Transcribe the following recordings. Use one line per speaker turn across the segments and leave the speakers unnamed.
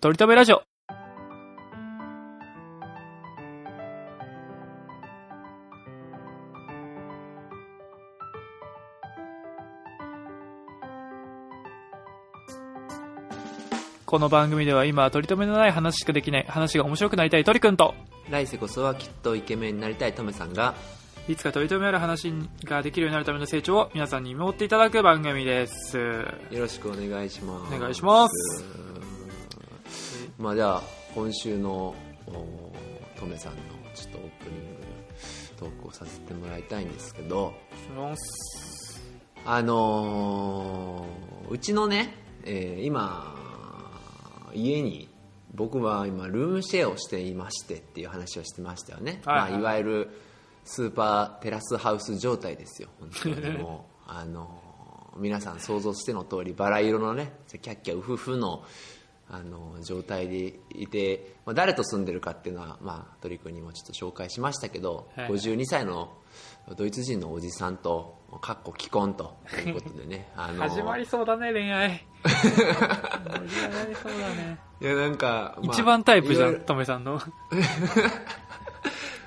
とりとめラジオ。この番組では今は取り留めのない話しかできない話が面白くなりたいトリくんと
来世こそはきっとイケメンになりたいトメさんが
いつか取り留めある話ができるようになるための成長を皆さんに見守っていただく番組です
よろしくお願いします
お願いします
まあじゃあ今週のおトメさんのちょっとオープニングトークをさせてもらいたいんですけどあのーうちのね、えー今家に僕は今ルームシェアをしていましてっていう話をしてましたよね、
はいはい
まあ、いわゆるスーパーテラスハウス状態ですよ本当 にもうあの皆さん想像しての通りバラ色のねキャッキャウフフのあの状態でいて、まあ、誰と住んでるかっていうのは、まあ、鳥くんにもちょっと紹介しましたけど、
はい
52歳のドイツ人のおじさんとかっこ既婚ということでねあの
始まりそうだね恋愛始まりそうだね、
いやなんか、まあ
一番タイプじゃ
いろ
ん
いろ
トメさんの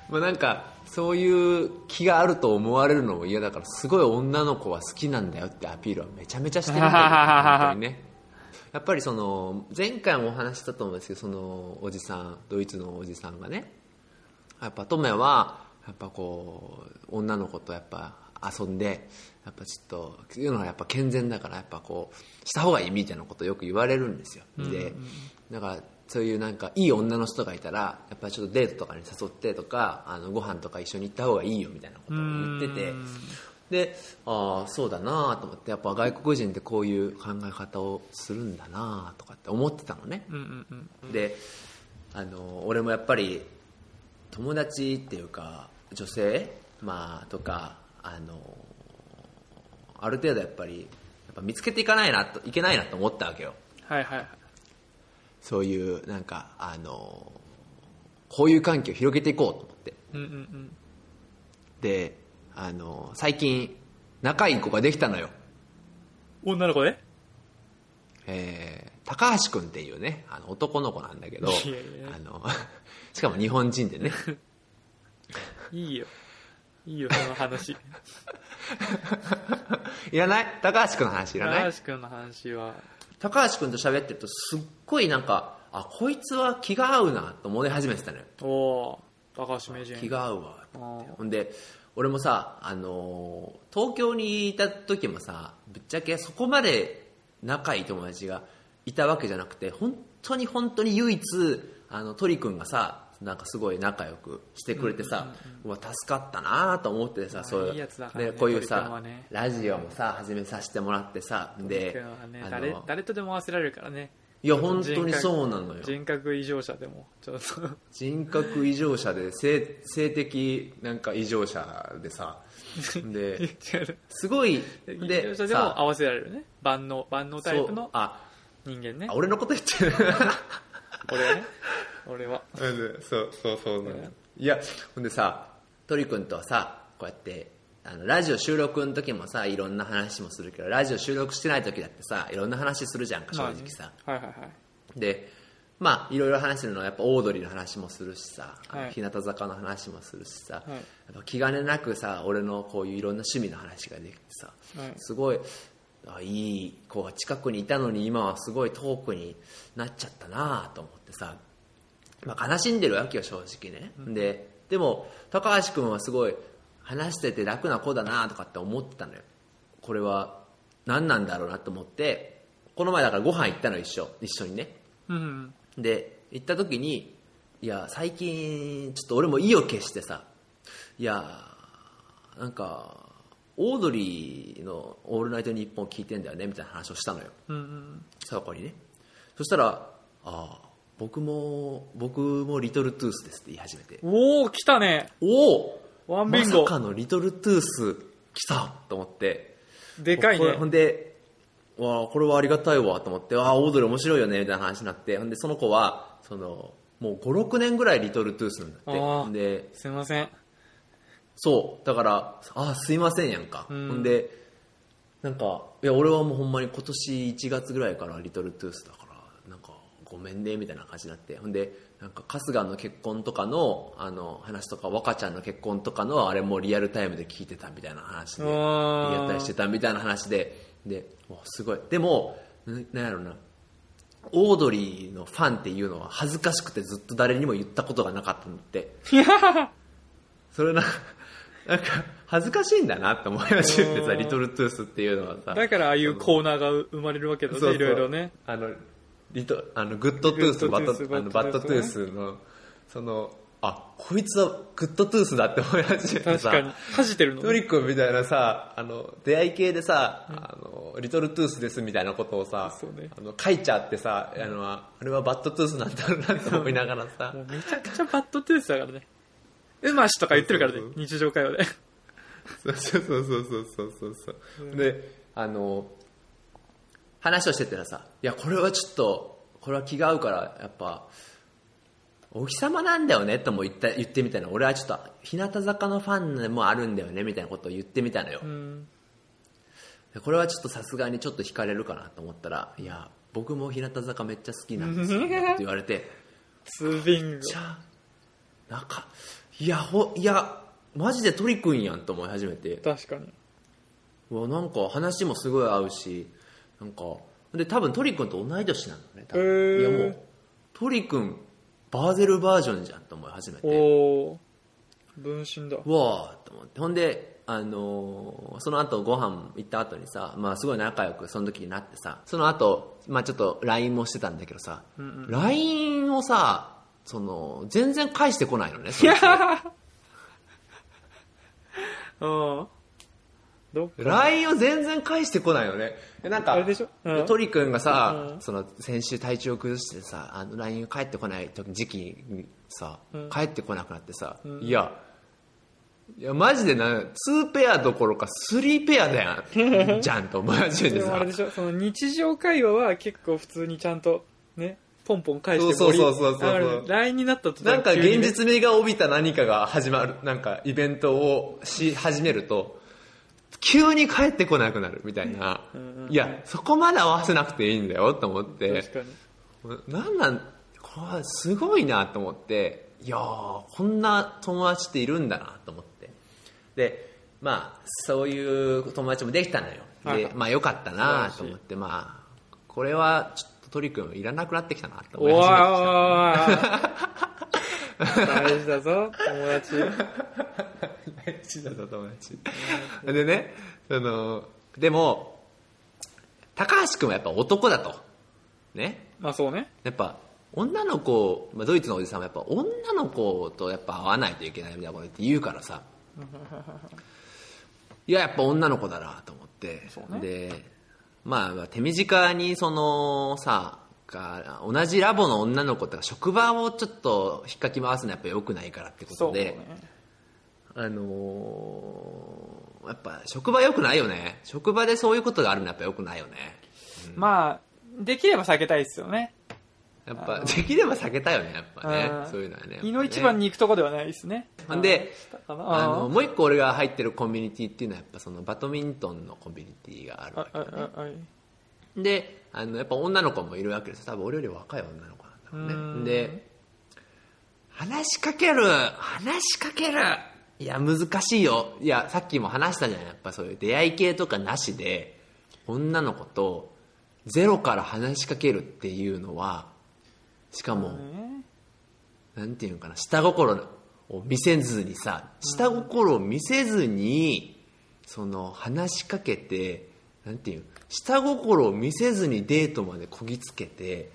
まあ、なんかそういう気があると思われるのも嫌だからすごい女の子は好きなんだよってアピールはめちゃめちゃしてるんだよ本当にねやっぱりその前回もお話ししたと思うんですけどそのおじさんドイツのおじさんがねやっぱトメはやっぱこう女の子とやっぱ遊んでやっぱちょっというのはやっぱ健全だからやっぱこうした方がいいみたいなことをよく言われるんですよ、でだからそういうなんかいい女の人がいたらやっぱちょっとデートとかに誘ってとかあのご飯とか一緒に行った方がいいよみたいなことを言っててでああそうだなと思ってやっぱ外国人ってこういう考え方をするんだなとかって思ってたのね、
うんうんうん
であの俺もやっぱり友達っていうか女性、まあ、とかあのある程度やっぱりやっぱ見つけていかないなといけないなと思ったわけよ
はいはいはい
そういうなんかあの交友関係を広げていこうと思って
うんうんうん
であの最近仲いい子ができたのよ、
女の子で
えー高橋君っていうねあの男の子なんだけど
いやいや
あの しかも日本人でね
いいよいいよその話
いらない高橋君の話いらな
高
い
橋君の話は
高橋君と喋ってるとすっごいなんかあこいつは気が合うなと思い始めてたのよ
おおー高橋名人
気が合うわ
あ
ほんで俺もさ、あのー東京にいた時もさぶっちゃけそこまで仲いい友達がいたわけじゃなくて本当に本当に唯一あの鳥くんがさなんかすごい仲良くしてくれてさ、うわ助かったなと思っててさそういう
いいやつだからね
こうい
鳥くん
うさ
はね
ラジオもさ始めさせてもらってさで、
君はね
あの
誰誰とでも合わせられるからね
いや本当にそうなのよ
人格異常者でもちょっと
人格異常者で性性的なんか異常者 でさで
違う
すごい
異常者でも合わせられるね万能万能タイプ
そう
の
あ
人間ね
あ俺のこと言ってる
俺はね俺は
うんそうそうそうなのよいやほんでさ鳥くんとはさこうやってあのラジオ収録の時もさいろんな話もするけどラジオ収録してない時だってさいろんな話するじゃんか正直さ、
はいはいはい
でまあいろいろ話するのはやっぱオードリーの話もするしさ、あの
はい
日向坂の話もするしさ、
い
やっぱ気兼ねなくさ俺のこういういろんな趣味の話ができてさ、
はい
すごいあいい子が近くにいたのに今はすごい遠くになっちゃったなと思ってさ、まあ、悲しんでるわけよ正直ね、ででも高橋君はすごい話してて楽な子だなとかって思ってたのよこれは何なんだろうなと思ってこの前だからご飯行ったの一緒一緒にね
うんうん
で行った時にいや最近ちょっと俺も意を決してさいやなんかオードリーの「オールナイトニッポン」聞いてんだよねみたいな話をしたのよ
うんうん
そこにねそしたら「ああ僕も僕もリトルトゥースです」って言い始めて
おお来たね
おお
ワンビ
ま
ン
さ
ゴ
かのリトルトゥース来たと思って
でかい
こ
ね
れほんで、わあこれはありがたいわと思って、ああ、オードリー面白いよね、みたいな話になって、ほんで、その子は、その、もう5、6年ぐらいリトルトゥースなんだ
あー
って。で、
すいません
そう、だから、ああ、すいませんやんか。
うん
ほんで、なんか、いや、俺はもうほんまに今年1月ぐらいからリトルトゥースだから、なんか、ごめんねみたいな感じになってほんでなんか春日の結婚とかのあの話とか若ちゃんの結婚とかのあれもリアルタイムで聞いてたみたいな話で
う
リ
ーん
アタイしてたみたいな話ででもうすごいでもんなんやろなオードリーのファンっていうのは恥ずかしくてずっと誰にも言ったことがなかったんだってそれな なんか恥ずかしいんだなって思いまして
う
さ
ん
リトルトゥースっていうのはさ
だからああいうコーナーが生まれるわけだね
そうそう
いろいろね
あのリトあのグッドトゥースとバッ
グッドトゥース
ドあの
バッ
バッ
ド
ド
ト
ト
ゥ
ゥ
ー
ー
ス
スのそのあこいつはグッドトゥースだって思い始めて
確
さ
かに恥じてるの
トリックみたいなさあの出会い系でさ、あのリトルトゥースですみたいなことをさ、
そうね
あの書いちゃってさ、あのあれはバッドトゥースなんだろうなって思いながらさ
もうめちゃくちゃバッドトゥースだからねうましとか言ってるからね
そうそう
日常会話で
そうそうそうそうそうそうそう、であの話をしてたらさ「いやこれはちょっとこれは気が合うからやっぱお日様なんだよね」とも言った言ってみたの俺はちょっと日向坂のファンでもあるんだよねみたいなことを言ってみたのよ、
うん
でこれはちょっとさすがにちょっと惹かれるかなと思ったら「いや僕も日向坂めっちゃ好きなんですよ」って言わ れて
ツービング
じゃあなんかいやほいやマジでトリくんやんと思い始めて
確かに
うわなんか話もすごい合うしなんかで多分トリ君と同い年なのね多分
へー
いやもうトリ君バーゼルバージョンじゃんと思い始め
お
て
お分身だ
うわーと思ってほんであのーその後ご飯行った後にさ、まあ、すごい仲良くその時になってさその後、まあちょっと LINE もしてたんだけどさ、LINE をさその全然返してこないのねそ
い
い
や
つ
ーうんどっ
LINE を全然返してこないよね。えなんか、
あれでしょうん
トリ君がさ、
うん
その、先週体調崩してさ、あの、LINE 返ってこない時時期にさ、
うん
帰ってこなくなってさ、いや、いや、マジでな、2ペアどころか3ペアだ やん、じゃんと思い始めて
でもあ
さ
れで。しょその日常会話は結構普通にちゃんとねポンポン返して
そうそうそうそうそう
盛り上がる LINE になったと
なんか現実味が帯びた何かが始まる、なんかイベントをし始めると、急に帰ってこなくなるみたいな
うんうんう。ん
いや、そこまで合わせなくていいんだよと思って。
確かに
なんなんこれはすごいなと思っていやーこんな友達っているんだなと思ってでまあそういう友達もできたのよで、
はいはい
まあよかったなと思ってまあこれはちょっと鳥くんいらなくなってきたなと
お
思
い
い
おいおい
始めてきた
大事だぞ友達
友達だぞ友達 でねそのでも高橋君はやっぱ男だとね
まあそうね
やっぱ女の子、まあ、ドイツのおじさんはやっぱ女の子とやっぱ会わないといけないみたいなことって言うか らさいややっぱ女の子だなと思って、
そうね
でまあまあ手短にそのさが同じラボの女の子とか職場をちょっと引っかき回すのはやっぱ良くないからってこ
そ
と
う
で、
ね
あのーやっぱ職場良くないよね職場でそういうことがあるのはやっぱ良くないよね
まあできれば避けたいですよね
やっぱできれば避けたいよねやっぱ
あ
ね
ー
そういうのはね
胃の一番に行くとこではないですね
ほんで
あーしたかな
あのもう一個俺が入ってるコミュニティっていうのはやっぱそのバドミントンのコミュニティがある
あ
わ
あああ
けであのやっぱ女の子もいるわけです多分俺より若い女の子なんだろう
うん
ねで話しかける話しかけるいや難しいよいやさっきも話したじゃんやっぱそういう出会い系とかなしで女の子とゼロから話しかけるっていうのはしかも、
ね
なんていうのかな、下心を見せずにさ、下心を見せずに、その、話しかけて、なんていうの、下心を見せずにデートまでこぎつけて、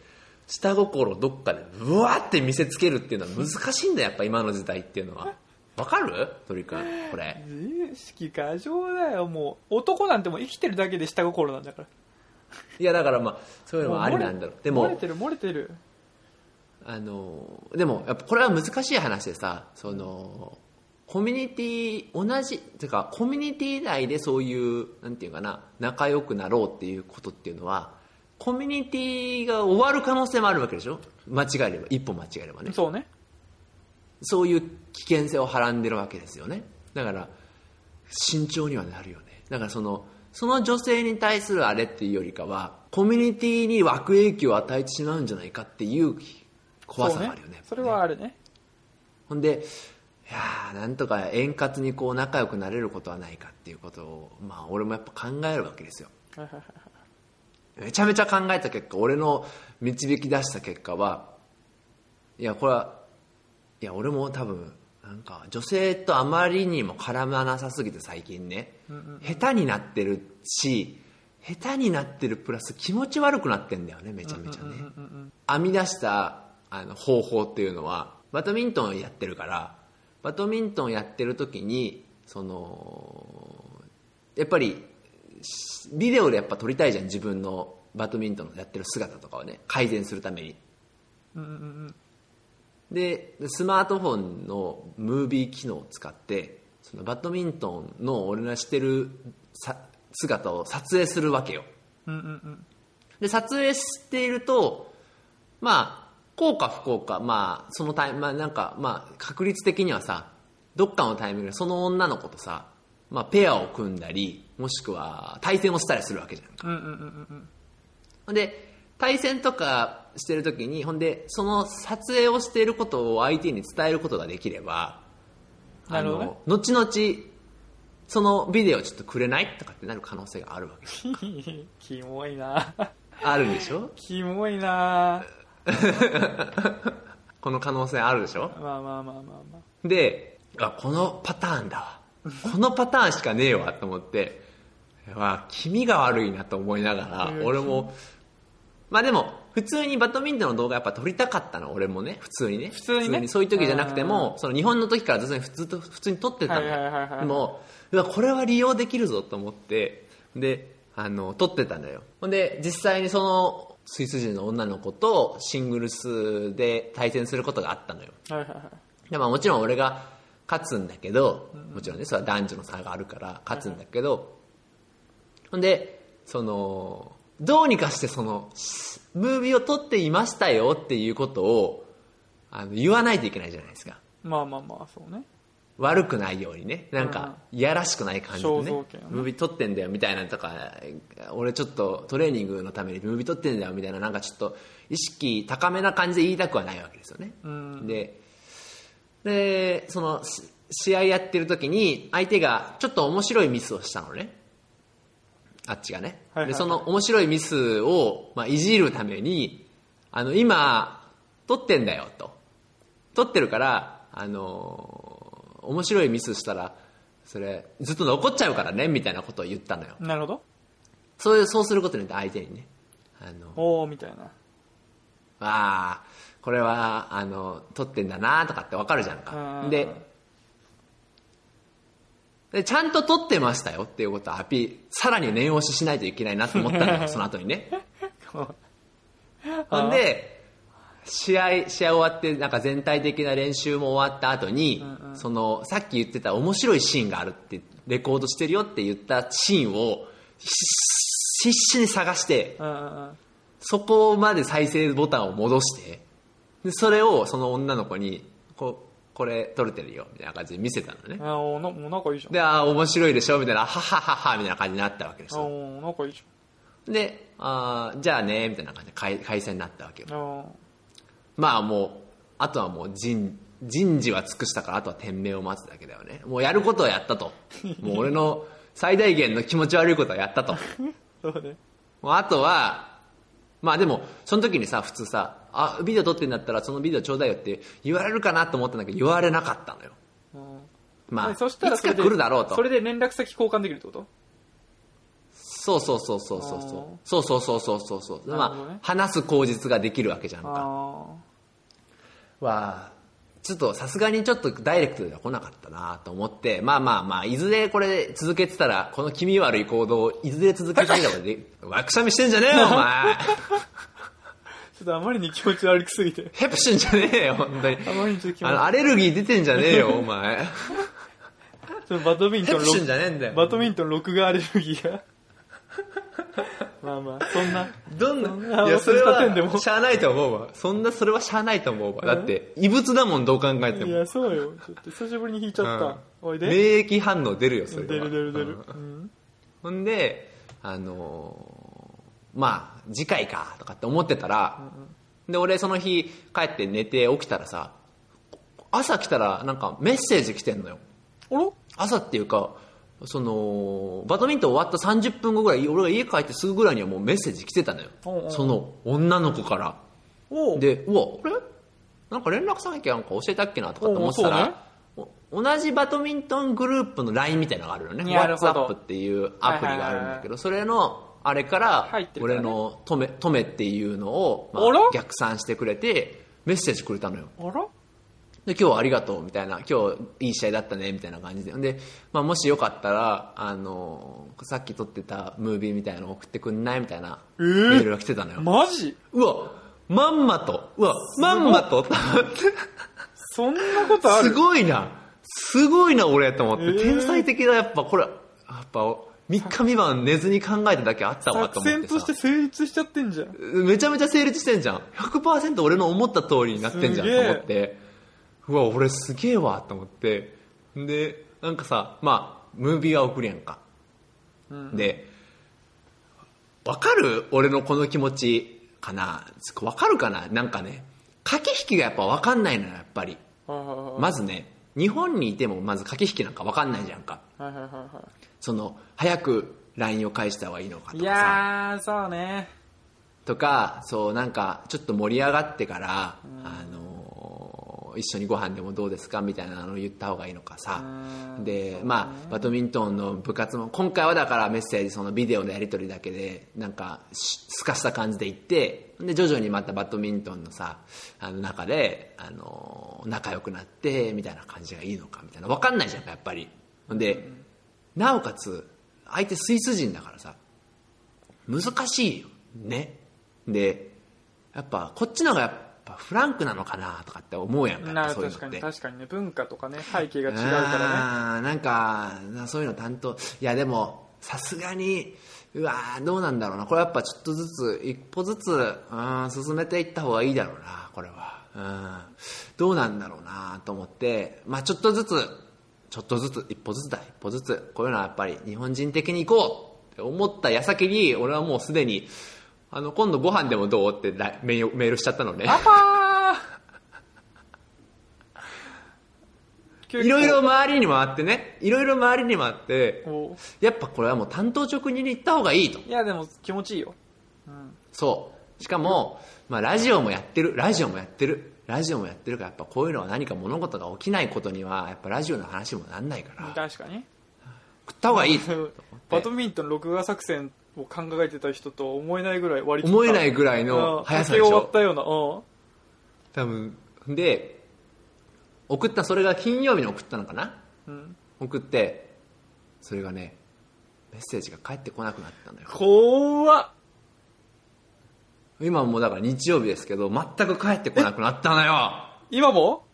下心をどっかでブワーって見せつけるっていうのは難しいんだよ、やっぱ今の時代っていうのは。わかる鳥くん、これ。
自意識過剰だよもう男なんてもう生きてるだけで下心なんだから
いや、だからまあ、そういうのもありなんだろう。でも、
漏れてる漏れてる
あのでもやっぱこれは難しい話でさそのコミュニティ同じてかコミュニティ内でそういうなんていうかな仲良くなろうっていうことっていうのはコミュニティが終わる可能性もあるわけでしょ間違えれば一歩間違えればね
そうね
そういう危険性をはらんでるわけですよねだから慎重にはなるよねだからそのその女性に対するあれっていうよりかはコミュニティに悪影響を与えてしまうんじゃないかっていう怖さがあるよね
そうそれはあるね
ほんでいやーなんとか円滑にこう仲良くなれることはないかっていうことを、まあ、俺もやっぱ考えるわけですよ
はいはいはい
めちゃめちゃ考えた結果俺の導き出した結果はいやこれはいや俺も多分なんか女性とあまりにも絡まなさすぎて最近ね、下手になってるし下手になってるプラス気持ち悪くなってんだよねめちゃめちゃね、編み出したあの方法っていうのはバドミントンをやってるからバドミントンをやってる時にそのやっぱりしビデオでやっぱ撮りたいじゃん自分のバドミントンのやってる姿とかをね改善するために
うんうんうん
でスマートフォンのムービー機能を使ってそのバドミントンの俺がしてるさ姿を撮影するわけよ
うんうんうん
で撮影しているとまあ効か不効かまあそのタイミングまあなんかまあ確率的にはさどっかのタイミングでその女の子とさ、まあ、ペアを組んだりもしくは対戦をしたりするわけじゃん
うんうんうんうん
ほんで対戦とかしてる時にほんでその撮影をしていることを相手に伝えることができれば
なるほどね
あの後々そのビデオちょっとくれないとかってなる可能性があるわけです
うん キモいな
あるでしょ
キモいな
この可能性あるでしょ
まあまあまあまあまあ
であこのパターンだわこのパターンしかねえわと思ってまあ気味が悪いなと思いなが
う
ら
ん
俺もまあでも普通にバドミントンの動画やっぱ撮りたかったの俺もね普通にね普
通にね
そういう時じゃなくてもその日本の時からずっと普通と普通に撮ってたの
はいはいはいはい
でもうわこれは利用できるぞと思ってであの撮ってたのよほんで実際にそのスイス人の女の子とシングルスで対戦することがあったのよ
はいはいはい
でまあもちろん俺が勝つんだけど、もちろんねそれは男女の差があるから勝つんだけど、ほんでそのどうにかしてそのしムービーを撮っていましたよっていうことをあの言わないといけないじゃないですか
まあまあまあそうね
悪くないようにねなんかいやらしくない感じで
肖
ね
像権をね
ムービー撮ってんだよみたいなのとか俺ちょっとトレーニングのためにムービー撮ってんだよみたいななんかちょっと意識高めな感じで言いたくはないわけですよね、
うん
ででそのし試合やってる時に相手がちょっと面白いミスをしたのねあっちがね、
はいはいはい
でその面白いミスを、まあ、いじるためにあの今撮ってんだよと撮ってるからあのー面白いミスしたらそれずっと残っちゃうからねみたいなことを言ったのよ
なるほど
そういうそうすることによって相手にねあの
おおみたいな
ああこれはあの撮ってんだなとかってわかるじゃんか
うん
ででちゃんと撮ってましたよっていうことをアピールさらに念押ししないといけないなと思ったのよその後にねほんで試合試合終わってなんか全体的な練習も終わった後に、
うんうん
そのさっき言ってた面白いシーンがあるってレコードしてるよって言ったシーンをひ必死に探して
うんうんうん
そこまで再生ボタンを戻して、でそれをその女の子に、ここれ撮れてるよ、みたいな感じで見せたのね。
あおなもう仲いいじゃん
で、ああ、面白いでしょ、みたいな、はははは、みたいな感じになったわけです
あ
よ。
お仲いいじ
で、あーじゃあね、みたいな感じで解解散になったわけよ
ゃ。んあ
まあもう、あとはもう人、人事は尽くしたから、あとは天命を待つだけだよね。もうやることはやった と。もう俺の最大限の気持ち悪いことはやったと。
ーそうね
もうあとは、まあでも、その時にさ、普通さ、あ、ビデオ撮ってんだったらそのビデオちょうだいよって言われるかなと思ったんだけど、言われなかったのよ。
うん
まあ、
そしたら
いつ
それ
か
で
来るだろうと
そ。れで連絡先交換できるってこと
そうそうそうそうそうそう。そうそうそうそうそうそう。
なるほどね
まあ、話す口実ができるわけじゃんか。
あ
は、ちょっとさすがにちょっとダイレクトでは来なかったなと思って、まあまあまあ、いずれこれ続けてたら、この気味悪い行動をいずれ続けてみた ことで、わくしゃみしてんじゃねえよ、お前。
あちょっとあまりに気持ち悪くすぎて
ヘプシンじゃねえよ、本当に。
あまりにちょっと気持
あの、アレルギー出てんじゃねえよ、お 前。
ちょっとバドミン
ヘ
ト
プ
ン
シンじゃねえんだ
バ
よ。
ドミントン録画アレルギー がまあまあそんな
どんな、い
いや
や、それ
そんな点でも
は、しゃあないと思うわ。そんな、それはしゃあないと思うわ。だって、異物だもん、どう考えて
い
も。
やそうよちょっと久しぶりに引いちゃった、
う
お
ん
い
免
で
疫反応出るよ、そ
出
れは。
る出る出
う
る
ん、
うん
ほんで、あのまあ次回かとかって思ってたら、で俺その日帰って寝て起きたらさ朝来たらなんかメッセージ来てんのよ
あら
朝っていうかそのバドミントン終わった30分後ぐらい俺が家帰ってすぐぐらいにはもうメッセージ来てたのよ
おうおう
その女の子から
おう
でうわあれなんか連絡先なんか教えたっけなとかって思ってた
おうそうね
ら、お同じバドミントングループの LINE みたいなのがあるよね
なるほど
WhatsApp っていうアプリがあるんだけど、それのあれか
入っ
ら
てるからね
俺のトメトメっていうのを、まあ
あら
逆算してくれてメッセージくれたのよ
あら
で今日はありがとうみたいな今日いい試合だったねみたいな感じでで、まあ、もしよかったらあのさっき撮ってたムービーみたいなの送ってくんないみたいな
え
メ
ー
ールが来てたのよ、
マジ
うわまんまとうわまん まと
そんなことある
すごいなすごいな俺と思って、
えー
天才的だやっぱこれやっぱ3日三晩寝ずに考えただけあったわと
作戦
思って
と
さ
して成立しちゃってんじゃん
めちゃめちゃ成立してんじゃん100%俺の思った通りになってんじゃ
す
んと
げえ
思ってうわ俺すげえわと思ってでなんかさまあムービーは送るやんか、でわかる俺のこの気持ちかなわかるかななんかね駆け引きがやっぱわかんないのよやっぱり
あー
まずね日本にいてもまず駆け引きなんかわかんないじゃんか
はいはいはいは
その早く LINE を返した方がいいのかと
い
かさ
いやーそうね
とかそうなんかちょっと盛り上がってから、あのー一緒にご飯でもどうですかみたいなのを言った方がいいのかさ、でまあバドミントンの部活も今回はだからメッセージそのビデオのやり取りだけでなんかしすかした感じで行ってで徐々にまたバドミントンのさあの中で、あのー仲良くなってみたいな感じがいいのかみたいな分かんないじゃんかやっぱりほんで、なおかつ相手スイス人だからさ難しいよねでやっぱこっちの方がやっぱフランクなのかなとかって思うやんか
なる
そういう
確
の
か
っ
に確
て
かにね文化とかね背景が違うからね
あーなんかなそういうの担当いやでもさすがにうわーどうなんだろうなこれやっぱちょっとずつ一歩ずつうん進めていった方がいいだろうなこれはうんどうなんだろうなと思ってまあちょっとずつちょっとずつ一歩ずつだ一歩ずつこういうのはやっぱり日本人的に行こうって思った矢先に俺はもうすでにあの今度ご飯でもどうってラメールメールしちゃったのね
あはー
いろいろ周りに回ってねいろいろ周りに回って
お
やっぱこれはもう担当直入に行った方がいいと
いやでも気持ちいいよ
そうしかも、まあ、ラジオもやってるラジオもやってるラジオもやってるからやっぱこういうのは何か物事が起きないことにはやっぱラジオの話にもなんないから食っ
確か に
た方がいい
バドミントン録画作戦を考えてた人とは思えないぐらい割り切った
思えないぐらいの速さでし
うん終わ
ょ
ったようなうん
多分で送ったそれが金曜日に送ったのかな
うん
送ってそれがねメッセージが返ってこなくなったのよ
怖っ
今もうだから日曜日ですけど全く返ってこなくなったのよ
今も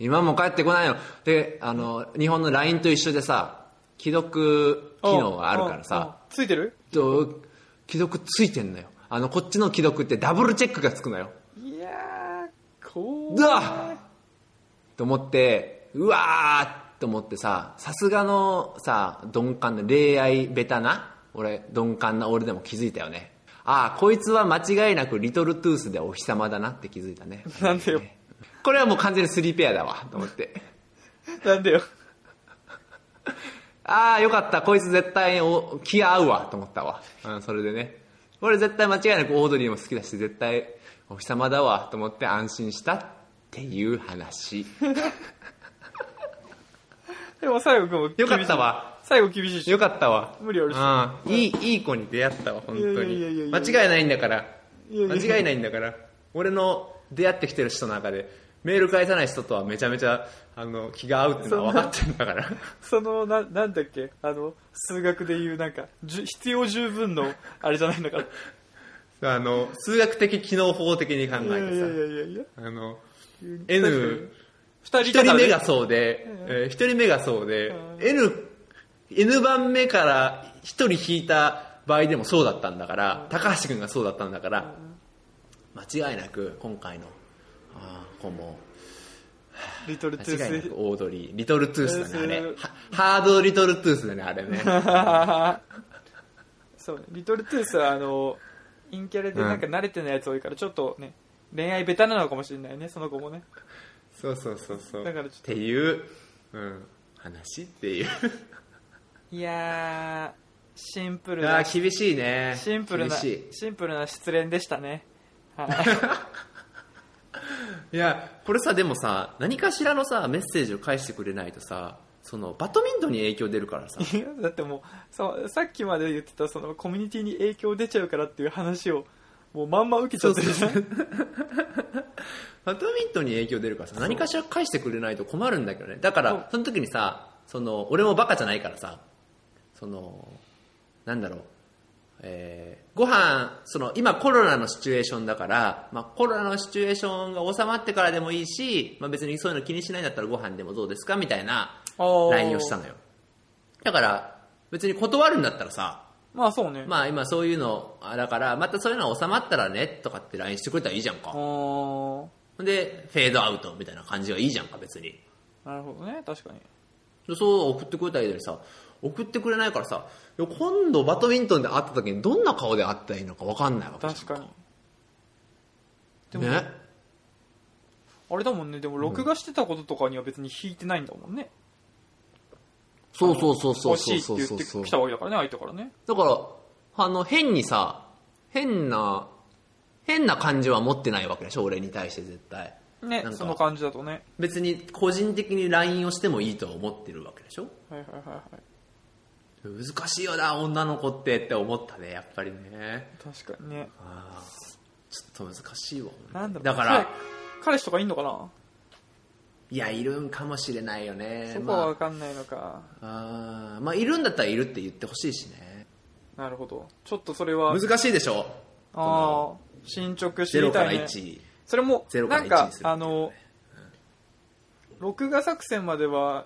今も帰ってこないのであの日本の LINE と一緒でさ既読機能があるから
うんうん
さ
ついてる
と既読ついてんのよあのこっちの既読ってダブルチェックがつくのよ
いやー怖いう
わと思ってうわーと思ってささすがのさ鈍感な恋愛ベタな俺鈍感な俺でも気づいたよねああこいつは間違いなくリトルトゥースでお日様だなって気づいたね
なんでよ
これはもう完全にスリーペアだわと思って
なんでよ
ああ、よかった。こいつ絶対お気合うわ、と思ったわ。うん、それでね。俺絶対間違いなくオードリーも好きだし、絶対お日様だわ、と思って安心したってい う話。
でも最後君も厳しい
よかったわ
最後厳しいし
よかったわ。
無理あるし
うん。いい、いい子に出会ったわ、本当
いやいやいや
に。
いや
間違いないんだから。
いやいや
間違いないんだから。俺の出会ってきてる人の中で、メール返さない人とはめちゃめちゃ、あの、気が合うってのは分かってるん だから。
そのななんだっけあの数学でいうなんかじゅ必要十分のあれじゃないんだから
あの、数学的、機能法的に考
いやいやいや
えて
いやいや
さ、あの、
確か
N
に、二人
一
だから
人
ね
目がそうで、えー一人目がそうで、N、N 番目から一人引いた場合でもそうだったんだから、高橋君がそうだったんだから、間違いなく今回の、あー子も、
リトルトゥ
間違いな
ー
くオードリー、リトルトゥースだね、あれ
トゥー。
はハードリトルトゥースだね、あれね。
ス そうリトルトゥースはあの陰キャラでなんか慣れてないやつ多いからちょっとね恋愛ベタなのかもしれないねその子もね
そうそうそうそう
だからちょっと
っていう、うん、話って いう
いやーシンプル
あ
な
ー厳しいね
シンプルな
厳し
シンプルな失恋でしたねはい
いいやこれさでもさ何かしらのさメッセージを返してくれないとさそのバドミントンに影響出 るからさ
いやだってもうそうさっきまで言ってたそのコミュニティに影響出ちゃうからっていう話をもうまんま受けちゃってるじゃん
バドミントンに影響出るからさ何かしら返してくれないと困るんだけどねだか
そう
らその時にさその俺もバカじゃないからさそのなんだろうえーご飯その今コロナのシチュエーションだから、まあ、コロナのシチュエーションが収まってからでもいいし、まあ、別にそういうの気にしないんだったらご飯でもどうですかみたいな
おー
LINE をしたのよだから別に断るんだったらさ
まあそうね、
まあ今そういうのあだからまたそういうの収まったらねとかって LINE してくれたらいいじゃん
あ
か
ー
でフェードアウトみたいな感じはいいじゃんか別に
なるほどね確かに
でそう送ってくれたらいいのにさ送ってくれないからさいや今度バドミントンで会った時にどんな顔で会ったらいいのか分かんないわけじゃん
確かにでも、
ね
あれだもんねでも録画してたこととかには別に引いてないんだもんね、
そうそうそうそう
欲
そ
し
う
いって
そう
言
そ
っ
う
てきたわけだからね相手からね
だからあの変にさ変な変な感じは持ってないわけでしょ俺に対して絶対
ね
なんか
その感じだとね
別に個人的に LINE をしてもいいとは思ってるわけでしょ
はいはいはいはい
難しいよな女の子ってって思ったねやっぱりね
確かにね
あーちょっと難しいわ
なんだろう
か
彼
ら
彼氏とかいんのかない
やいるんかもしれないよね
そこは
ま
分かんないのか、
ああーまあいるんだったらいるって言ってほしいしね
なるほどちょっとそれは
難しいでしょ
ああ進捗知
0
り
か
た
ら
いね
1
それも
0
な
から
ん
1
か
にするっていうね
あの録画作戦までは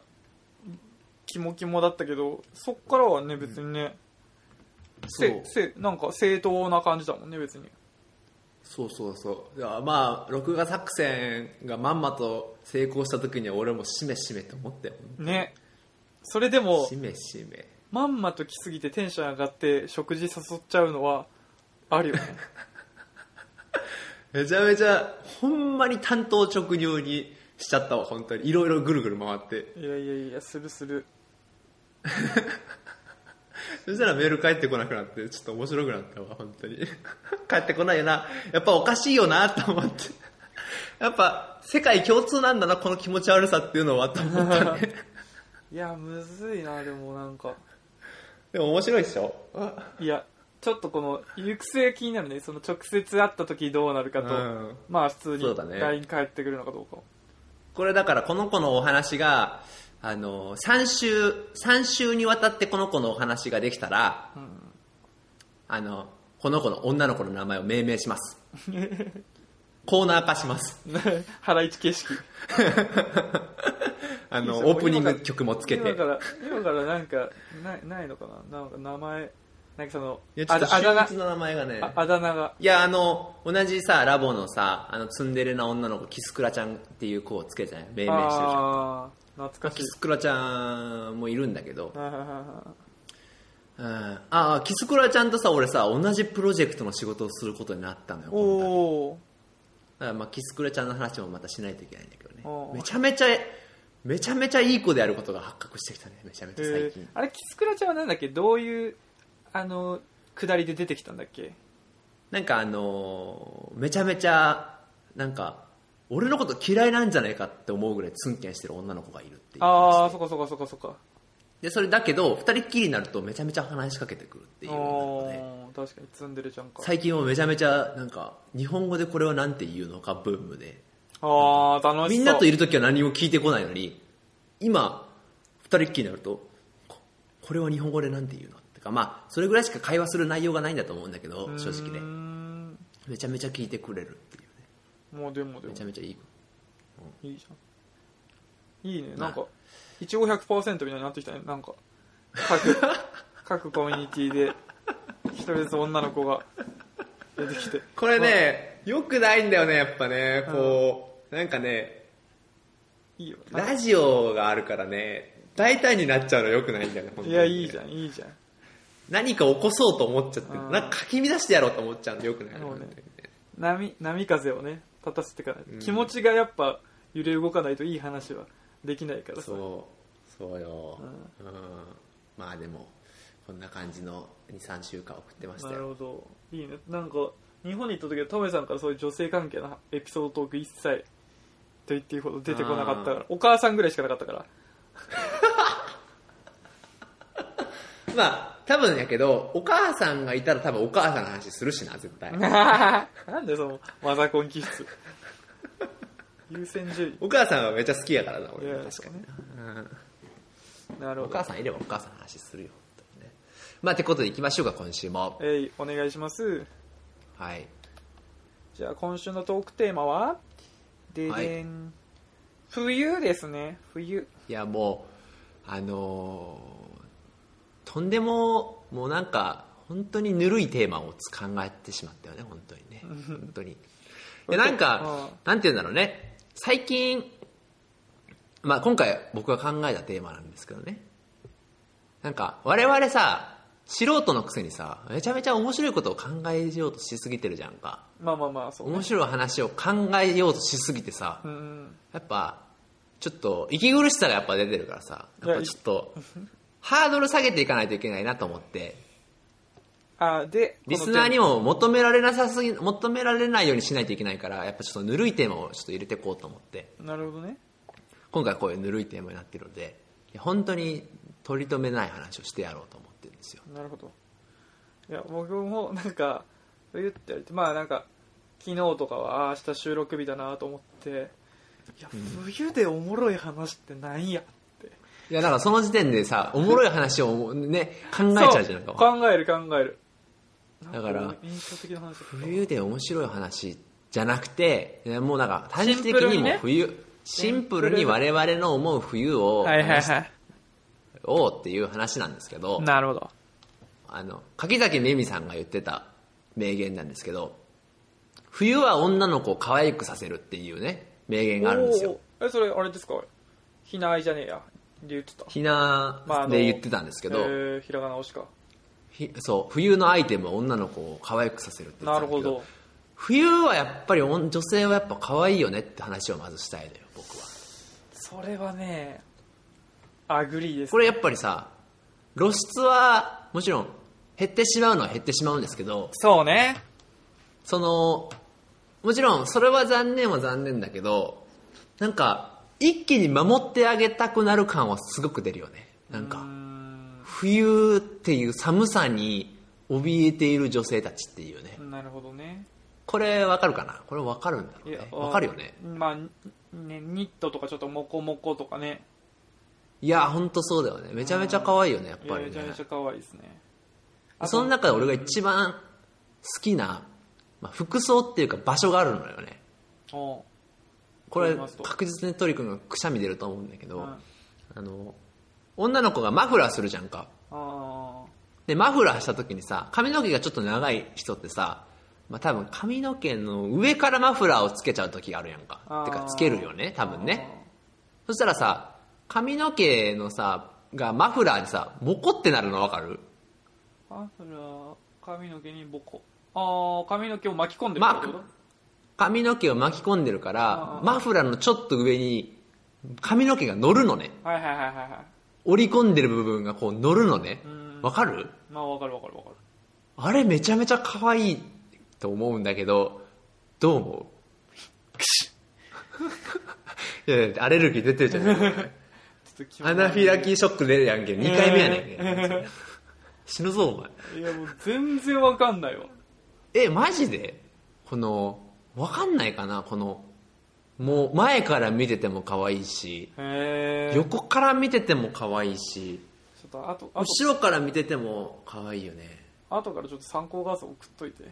キモキモだったけどそっからはね別にね、
そ
せ
う
せなんか正当な感じだもんね別に
そうそうそういやまあ録画作戦がまんまと成功した時には俺もしめしめと思ったよ
ねそれでも
しめしめ
まんまと来すぎてテンション上がって食事誘っちゃうのはあ るよね
めちゃめちゃほんまに単刀直入にしちゃったわ本当にいろいろぐるぐる回って
いやいやいやするする
そしたらメール返ってこなくなってちょっと面白くなったわ本当に 返ってこないよなやっぱおかしいよなと思って やっぱ世界共通なんだなこの気持ち悪さっていうのはと思ったね
いやむずいなでもなんか
でも面白いでしょ
いやちょっとこの行く末気になるねその直接会った時どうなるかと、
うん
まあ普通
そうだね
に LINE 返ってくるのかどうか
これだからこの子のお話があの3週3週にわたってこの子のお話ができたら、あのこの子の女の子の名前を命名します コーナー化します
腹一景色
あ
いい
の
じゃん
オープニング曲もつけて
今から今からなんかないないのかななんか名前なんかその
いやちょ
あ
っと
だ
秀
あだ名
逸の名前がね
ああだ名が
いやあの同じさラボのさあのツンデレな女の子キスクラちゃんっていう子をつけてね命名してるじゃん
ああ懐かしい
キスクラちゃんもいるんだけど、
はいはいはいは
うん、ああキスクラちゃんとさ俺さ同じプロジェクトの仕事をすることになったのよ
いお
この度
お
だからまあキスクラちゃんの話もまたしないといけないんだけどね
おー
めちゃめちゃめちゃめちゃいい子であることが発覚してきたねめちゃめちゃ最
え
近、
あれキスクラちゃんはなんだっけどういうあの下りで出てきたんだっけ
なんかあのーめちゃめちゃなんか俺のこと嫌いなんじゃないかって思うぐらいツンケンしてる女の子がいるっていう話
ああそっかそっかそっかそっか
でそれだけど二人っきりになるとめちゃめちゃ話しかけてくるっていう女の子で
あー確かにツンデレちゃんか
最近はめちゃめちゃなんか日本語でこれはなんて言うのかブームで
ああ楽しそう
みんなといる時は何も聞いてこないのに今二人っきりになるとここれは日本語でなんて言うのってかまあそれぐらいしか会話する内容がないんだと思うんだけど正直
うー
ね
ん
めちゃめちゃ聞いてくれるっていうね
もうでもでも
めちゃめちゃいい子
いいじゃんいいねなんかいちご100%みたいになってきたねなんか 各各コミュニティで一人ずつ女の子が出てきて
これね、良くないんだよね、やっぱね。こう、なんかね、
いいよなんか
ラジオがあるからね、大体になっちゃうの良くないんだよね、
いやいいじ
ゃん。
ゃんいいじゃん
何か起こそうと思っちゃって、
うん
なんかかき乱してやろうと思っちゃうんでよくな
そう
い
ね
本当に
波波風をね立たせてから、
うん
気持ちがやっぱ揺れ動かないといい話はできないからさ
そうそうよ、うんまあでもこんな感じの23週間送ってました
なる
よ
ほどいいねなんか日本に行った時はトメさんからそういう女性関係のエピソードトーク一切と言っていいほど出てこなかったからお母さんぐらいしかなかったから
まあ多分やけどお母さんがいたら多分お母さんの話するしな絶対
なんでそのマザコン気質優先順
お母さんはめっちゃ好きやからな俺
いや
は確かに、うん
位なる
お
ほど
母さんいればお母さんの話するよ本当にねまあてことでいきましょうか今週も
えいお願いします
はい
じゃあ今週のトークテーマはででん、冬ですね冬
いやもうあのーとんでももうなんか本当にぬるいテーマを考えてしまったよね本当にね本当にでなんか
うん
なんて言うんだろうね最近まあ今回僕が考えたテーマなんですけどねなんか我々さ素人のくせにさめちゃめちゃ面白いことを考えようとしすぎてるじゃんか
まあまあまあそう、
面白い話を考えようとしすぎてさ、
うんうん
やっぱちょっと息苦しさがやっぱ出てるからさやっぱちょっとハードル下げていかないといけないなと思って
あで
リスナーに
も
も求められなさすぎ求められないようにしないといけないからやっぱちょっとぬるいテーマをちょっと入れていこうと思って
なるほどね
今回こういうぬるいテーマになってるのでいや本当に取り留めない話をしてやろうと思ってるんですよ
なるほどいや僕もなんか冬って言われてまあなんか昨日とかはあー明日収録日だなと思っていや冬でおもろい話ってないやって
いやだからその時点でさおもろい話をね考えちゃうじゃない
そう
か
考える考える
だから
なん印象的な話だった
冬で面白い話じゃなくていやもうなんか短期的
シンプル
に
に
も
ね
う冬シンプルに我々の思う冬を
はいはいはい
おうっていう話なんですけど、
なるほど
あの、柿崎ねみさんが言ってた名言なんですけど、冬は女の子を可愛くさせるっていうね、名言があるんですよ。
おーえそれあれですかひなあいじゃねえやで言ってた
ひな
まああの
で言ってたんですけど、
えー、ひらがな推しか
ひそう、冬のアイテムは女の子を可愛くさせるって言っ
な
て
る
たんだ
ほ
けど
ど
冬はやっぱり女女性はやっぱ可愛いよねって話をまずしたいのよ、僕は。
それはねアグリーです
これやっぱりさ、露出はもちろん減ってしまうのは減ってしまうんですけど、
そうね
そのもちろんそれは残念は残念だけどなんか一気に守ってあげたくなる感はすごく出るよねなん
うー
か
ん
冬っていう寒さに怯えている女性たちっていうね
なるほどね
これわかるかなこれわかるんだろうねわかるよね
あまあにねニットとかちょっとモコモコとかね
いやほんとそうだよねめちゃめちゃ可愛いよねやっ
いや
ぱり
めちゃ
ね
めちゃ可愛いですねあと
その中で俺が一番好きな、まあ、服装っていうか場所があるのよね
おう
これ
と言いますと
確実にトリ君がくしゃみ出ると思うんだけど、
うんあ
あの、女の子がマフラーするじゃんか。
あ
で、マフラーした時にさ、髪の毛がちょっと長い人ってさ、まあ多分髪の毛の上からマフラーをつけちゃう時があるやん
あ
か
ー。
てかつけるよね、多分ね。そしたらさ、髪の毛のさ、がマフラーにさ、ボコってなるのわかる
あーあそれは髪の毛にボコああ髪の毛を巻き込んでる
まあ
ってこと
髪の毛を巻き込んでるか
あ
ら
ー、
マフラーのちょっと上に髪の毛が乗るのね。
はいはいはいはいはい
折り込んでる部分がこう乗るのね
う。ん
わかる
まあわかるわかるわかる
あれめちゃめちゃ可愛いと思うんだけど、どう思 ういやいや、アレルギー出てるじゃない
ちょっと気持ち
ア
悪い
ナフィラキーショック出るやんけ。2回目やねんけ。死ぬぞ、お前。
いやもう全然わかんないわ
え、マジでこの、わかんないかなこの、もう前から見てても可愛いし、
へえちょ
横から見てても可愛いし、
っとあとあと
後ろから見てても可愛いよね。
あとからちょっと参考画像送っといて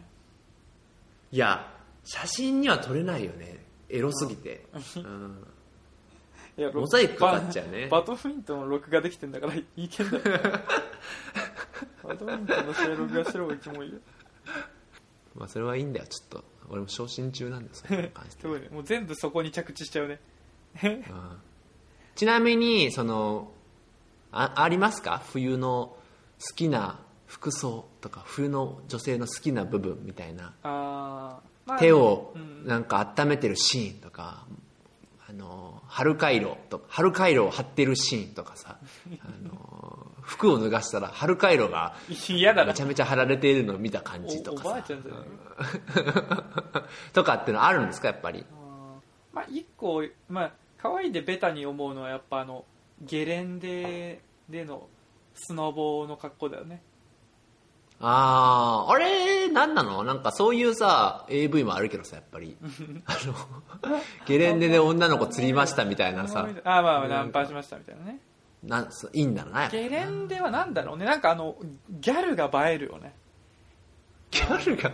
いや、写真には撮れないよね。エロすぎて。うん
いや
モザイクかかっちゃうね
ババドミントンの録画できてんだからいいけ んだよバドミントンの試合録画してる方がキモいよ
まあそれはいいんだよちょっと俺も昇進中なんですよそれに 関し
す
ては
ごいねもう全部そこに着地しちゃうね
うんちなみにそのあありますか冬の好きな服装とか冬の女性の好きな部分みたいな
あー、まあ
手を
うん
なんか温めてるシーンとかあの春回路とか春回路を張ってるシーンとかさあの服を脱がしたら春回路が
嫌だな
めちゃめちゃ張られているのを見た感じ
お
と
お
か
ばあ
さ
ちゃんじゃない
とかっていうのあるんですかやっぱり
あーまあ一個まあ可愛いでベタに思うのはやっぱあのゲレンデでのスノボの格好だよね
あああれなんなのなんかそういうさ AV もあるけどさやっぱりあのゲレンデで女の子釣りましたみたい な
あ
さ
ーまあまあナンパしましたみたいなね
なんそういいんだろうなやっぱ
ゲレンデはなんだろうねなんかあのギャルが映えるよね
ギャルが映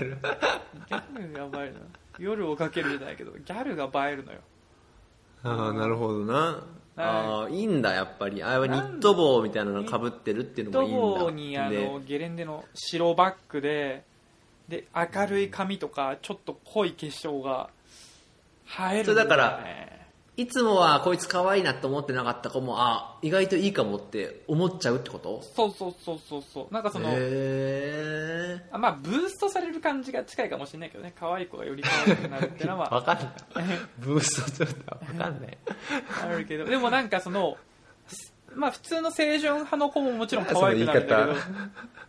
える
ギャルが映えるの夜をかけるじゃないけどギャルが映えるのよ
ああなるほどなああいいんだやっぱりあれはニット帽みたいなのかぶってるっていうの
ドボー
もいいん
に
だ
あのゲレンデの白バッグでで明るい髪とかちょっと濃い化粧が映えるんよね
それだからいつもはこいつ可愛いなと思ってなかった子もあ意外といいかもって思っちゃうってこと
そうそうそうそうそうなんかその、
へえ
あまあブーストされる感じが近いかもしれないけどね可愛い子がより可愛くなるっていうのは
わかんないブーストするのは分かんない
あるけどでもなんかそのまあ普通の青春派の子ももちろん可愛くなるんだけど
そ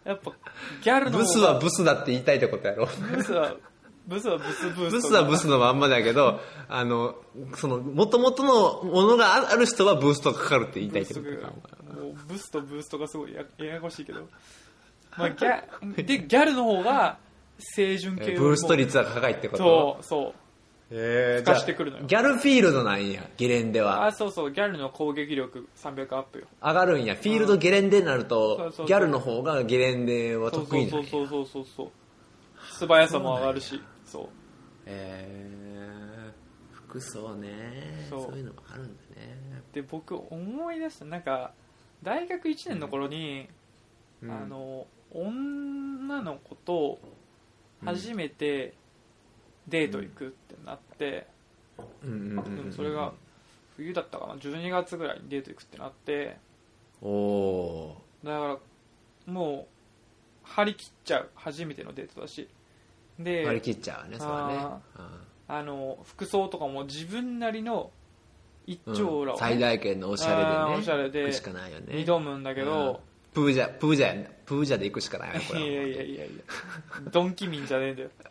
やっぱギャルの方が
ブスはブスだって言いたいってことやろ
ブスはブスはブスブースト
ブスはブスのまんまだけどあのその元々のものがあある人はブーストがかかるって言いたいってことやろ
もうブスとブーストがすごいやややこしいけ ど、まあ、ギャでギャルの方が青春
え
系
ブースト
リ
率は高いってこと
そうそう
えー
付かしてくるのよ
じゃあギャルフィールドなんやゲレンデは
あそうそうギャルの攻撃力300アップよ
上がるんやフィールドゲレンデになる
そう
と
そうそう
ギャルの方がゲレンデは
そう
得
そう
意な
そ
ん
う
や
そうそうそうそう素早さも上がるしそう
えー服装ね
そう
そういうのもあるんだね
で僕思い出したなんか大学1年の頃に、
うん
あの女の子と初めてデート行くってなって、
うんうんう
で
んう
も
ん
それが冬だったかな12月ぐらいにデート行くってなって
おお
だからもう張り切っちゃう初めてのデートだし
ー割り
で
切っちゃうねそれはね
あ
うん
あの服装とかも自分なりの一丁羅を
最
ね
大限のおしゃれで
あ
ね
ーおしゃれで
行くしかないよね
挑むんだけど
プージャプージャやねプージャで行くしかないよねこ
い
れ
や
はい
やいやいやいやドンキミンじゃねえんだよ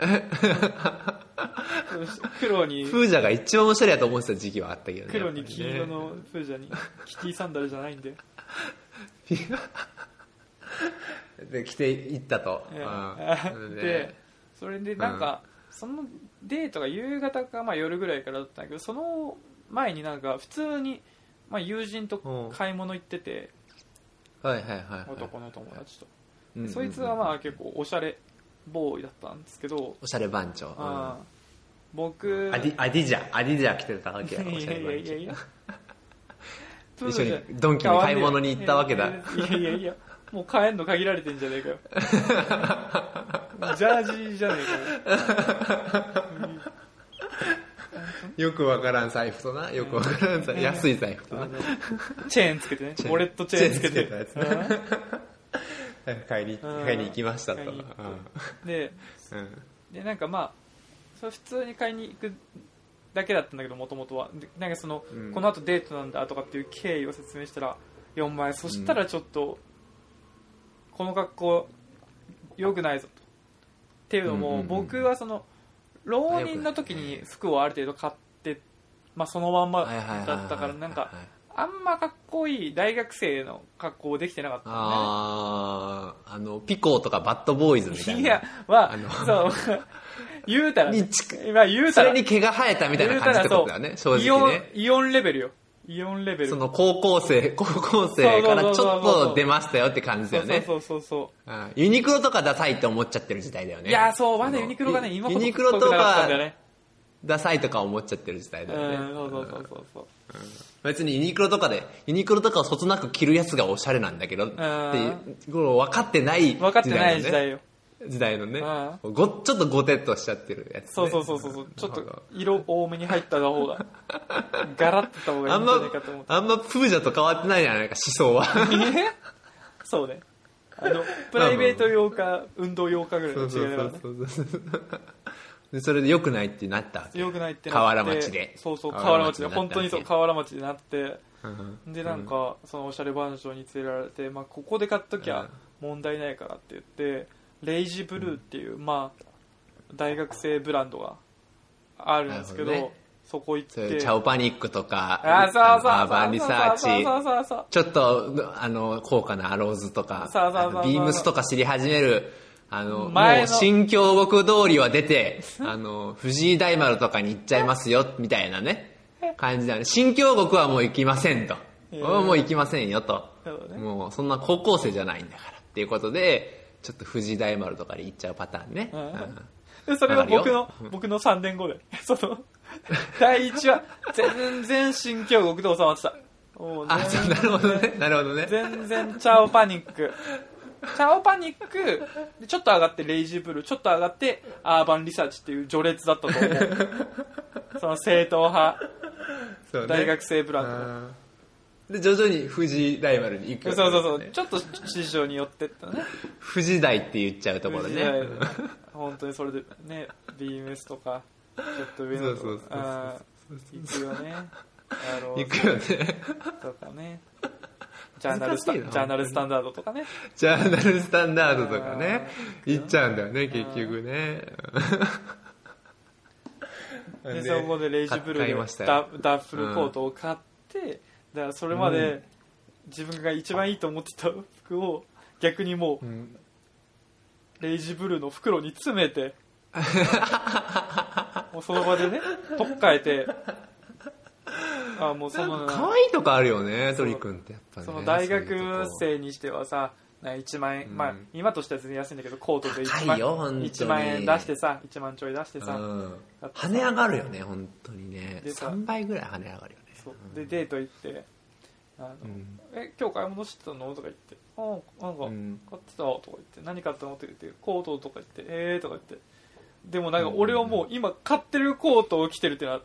そうし黒に
プージャが一番おしゃれやと思ってた時期はあったけどね
黒に黄色
やっ
のプージャにキティサンダルじゃないんだよ
ぱりねで着て行ったと、
ええ
うん
でそれでなんか、そのデートが夕方か、まあ、夜ぐらいからだったんだけどその前になんか普通に、まあ、友人と買い物行ってて、
はいはいはい、
男の友達と、
うんうんうん
そいつはまあ結構おしゃれボーイだったんですけど、
おしゃれ番長、うん
ああ僕
アディアディジャアディジャ着てたわけやろ お
い
しゃ
や
れ
いや
番長
いやいや
一緒にドンキに買い物に行ったわけだ
いやいやいやもう買えんの限られてんじゃねえか よジャージじゃねえかよ
よくわからん財布となよくわからん財布安い財布とな
チェーンつけてね
チェーン
ウォレットチェーンつけて
チェーンつけたや
う
買いに
うん
買いに行きましたと、
買いうに
ん
行っんで
うん
でなんかまあそれ普通に買いに行くだけだったんだけどもともとはでなんかその、
うん
このあとデートなんだとかっていう経緯を説明したら「いやお前そしたらちょっと、この格好良くないぞ」と。っていうのも、
うんうんうん
僕はその浪人の時に服をある程度買って、まあ、そのまんま
はいはいはいはい
だったからなんか
はい
あんまかっこいい大学生の格好できてなかったんだよね
あーあのピコーとかバッドボーイズみたい
い
な
や、ま
あの
あ、そう、言うたらね
に近、
まあ言う
そ
たら、
れに毛が生えたみたいな感じってことだよね正
イオ
直
ン
ね、
イオンレベルよ。イオンレベル。
その高校生高校生からちょっ
そうそうそうそうそ
と
う
出ましたよって感じだよね
そうそうそうそ
うんユニクロとかダサいって思っちゃってる時代だよ
う。
ね
いや、そう、ま
あの
だユニクロがね、
ユ
今ほ
ユ
ど
ニクロ
太
と
くなかった
か
んだよね。
ダサいとか思っちゃってる時代
う
だ
ん、
よね
そうそうそうそうそう。
別にユニクロとかでユニクロとかをそつなく着るやつがおしゃれなんだけどっていうこう分かってない時代の
分
ね
かってない時代よ。
時代のねごちょっとゴテッとしちゃってるやつね
そうそうそうそうそう。ちょっ
なるほど
と色多めに入った方が、ガラッとた方が
あ
いい
ん
んじ
ま
ゃないかと思っ、て。
あんまプージャと変わってないじゃないか、思想は。
そうね。あのプライベート用か運動用かぐらい
そ
の
うそう
違いだから
そ
ね
うそうそうでそれで良くないってなったわけ
良くないってなって
河原町で
そうそう河原町で本
河原町
当に
になった
そう
わけ
河原町でなって
うん
でなんかそのおしゃれ番所に連れられて、まあ、ここで買っとき
うん
ゃ問題ないからって言ってレイジブルーっていう、まあ、大学生ブランドがあるんですけど
なるほどね
そこ行っ
そういう
て
チャオパニックとか
あそうそうそう
アーバンリサーチ
そうそうそう
ちょっとあの高価なアローズとか
そうそうそうそう
あのビームスとか知り始めるあの
前
も
の
う新京極通りは出てあの藤井大丸とかに行っちゃいますよみたいなね感じだね新京極はもう行きませんと
え
俺はもう行きませんよと
なるほどね
もうそんな高校生じゃないんだからっていうことでちょっと藤井大丸とかに行っちゃうパターンね、
うん
うん
でそれは僕
わ
の僕の3年後でその第一話全然新京極で収まってたもう
あそうなるほどねなるほどね
全然チャオパニックチャオパニックでちょっと上がってレイジブルーちょっと上がってアーバンリサーチっていう序列だったと思う その正統派
そうね
大学生ブランドの
あーで徐々に藤井ライバルに行く
そう
よ
そう
になる
そ
ん
う
ですね
ちょっと市場に寄ってったね
藤井大って言っちゃうところ
藤
ね
井ライブ本当にそれでね BMS とかちょっと上のと
そうそうそうそう
あー行くよねあの
行くよね
とかねジャーナルスタ
難し
ジ
いな
ャーナルスタンダードとかね
ジャーナルスタンダードとかね
あー
行っちゃうんだよね結局ね
でそこでレイジブルー
買い
で
ました
ダ
よ
ダッフルコートを買って、だからそれま
う
で自分が一番いいと思ってた服を逆にもう
うん
レイジブルーの袋に詰め てもうその場でね取っ替えてあもうその
可愛いとかあるよね鳥くんってやっぱね
その大
そういう
学
とこ
生にしてはさな1万円、
うん
まあ今としては全然安いんだけどコートで1
高
万
いよ本当に
1万円出してさ1万ちょい出してさ、
うん
だってさ
跳ね上がるよね本当にね
でさ
3倍ぐらい跳ね上がるよね
そうでデート行ってあの、
うん
え今日買い物してたのとか言って「あなんか
うん
買ってた」とか言って「何買ったの?」とか言って「コート」とか言って「ええー」とか言ってでもなんか俺はもう今買ってるコートを着てるってのは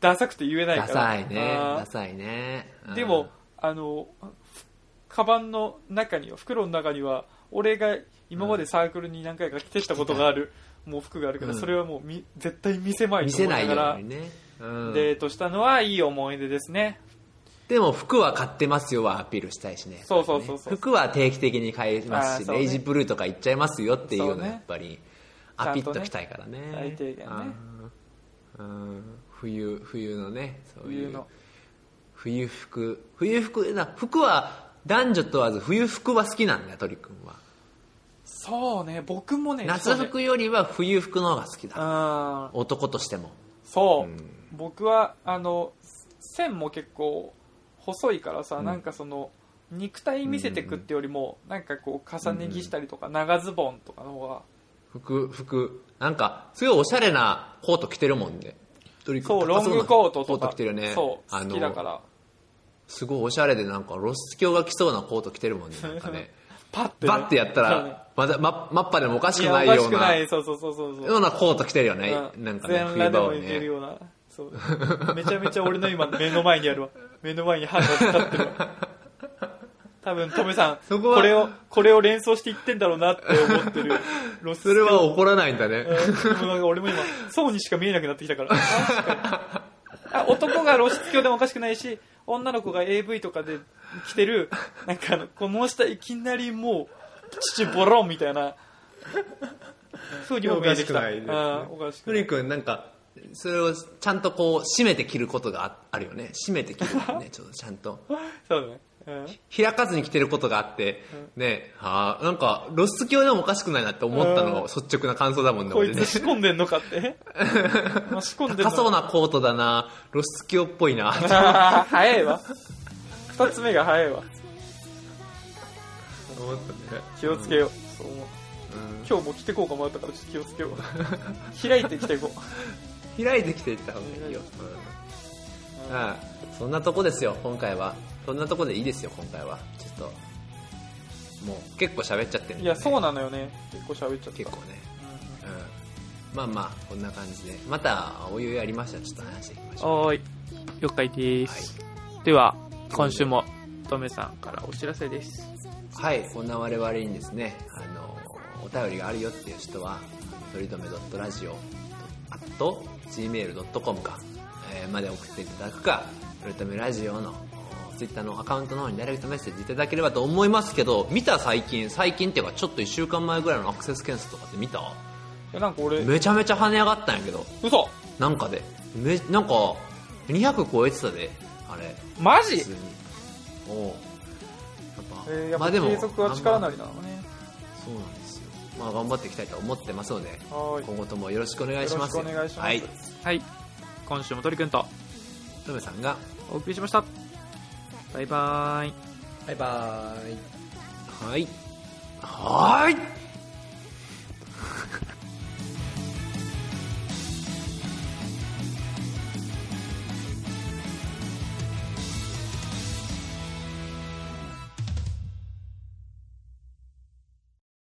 ダサくて言えないか
ダ
ら
サいね
あー
ダサいねうん
でもあのふカバンの中には袋の中には俺が今までサークルに何回か着てきたことがある、もう服があるから、
うん
それはもうみ絶対見せまい
見
と思
せ
い
ない
なが
よ
ら
うにねうん
デートしたのはいい思い出ですね
でも服は買ってますよはアピールしたいしね
そうそうそうそう
服は定期的に買います
あー
し、
そうね
レイジブルーとか行っちゃいますよっていう
そう
の
ね
はやっぱり
ちゃ
ア
んと
ピ
ね
ッときたいからね
最低限ね
あーうん冬冬のねそうい
冬
う
の
冬服冬服な服は男女問わず冬服は好きなんだよ鳥くんは
そうね僕もね
夏
そうね
服よりは冬服の方が好きだ
あー
男としても
そう、
うん
僕はあの線も結構細いからさ、
ん
なんかその肉体見せてくってよりも、なんかこう重ね着したりとか、長ズボンとかの方が
服服なんかすごいおしゃれなコート着てるもんで、ね、鳥くん
そうロ
高
ン
な
グコートと
コー
か
ト着てるよね
そう
あ
好
の
きだから
すごいおしゃれでなんか露出狂が来そうなコート着てるもんねなんかね
パッて、
バッてやった
そうね
らまだまマッパでもおかし
い
く
や
な
お
い
か
よ
し
う
く
な
な
よ
いそうそうそうそうそう
うなコート着てるよね
うん
なんかね
全
冬
裸で
場
も
を
いける
ね
ようなそうめちゃめちゃ俺の今目の前にあるわ目の前に歯が立ってるわ多分トメさん
そこは
れをこれを連想していってんだろうなって思ってるロス
それは怒らないんだね
うんでもなんか俺も今そうにしか見えなくなってきた から確かにあ男が露出狂でもおかしくないし女の子が AV とかで着てるなんかあのこの下いきなりもう父ボロンみたいなふうにも見えてきた
おかしくないですね
あーおかしくない
鳥くんなんかそれをちゃんとこう締めて着ることがああるよね締めて着る よねちょっとちゃんと
そうだね、
開かずに着てることがあって、ねあーなんか露出狂でもおかしくないなって思ったのが率直な感想だもん
う
ね
ん、こ
俺
い
ね
つ仕込んでんのかって まあ仕込んでんの
高そうなコートだな露出狂っぽいな
あー 早いわ二つ目が早いわ
思ったね
気をつけよう,そう思う、今日も着てこうか迷ったからちょっと気をつけよう開いて着てこう
開いてきていった方がいいよ、うんああそんなとこですよ今回はそんなとこでいいですよ今回はちょっともう結構喋っちゃってるんでね、
いや、そうなのよね。結構喋っちゃった。
結構ね
う
うんまあまあこんな感じでまたお湯やりましたらちょっと話していきまし
ん。
ょ
おーい。了解で
う、はい
す。では、今週も乙女さんからお知らせです
はいこんな我々にですねあのお便りがあるよっていう人はとりとめ .radio.gmail.com か、えーまで送っていただくかとりとめラジオのツイッターのアカウントの方にダイレクトメッセージいただければと思いますけど見た最近最近っていうかちょっと1週間前ぐらいのアクセス件数とかって見た
いやなんか俺
めちゃめちゃ跳ね上がったんやけど
嘘
なんかでめなんか200超えてたであれ
マ
普
ジ
通におうやっぱ,、
えー、やっ
ま
ぱ
あでも
継続は力なり
あ
なのね
んまそうなんですよまあ頑張っていきたいと思ってますので
はー
今後ともよろしくお願いします
よろしくお願いします
はい
いはい今週も鳥くんと
トメさんが
お送りしましたバイバーイ
バイバーイはいはーい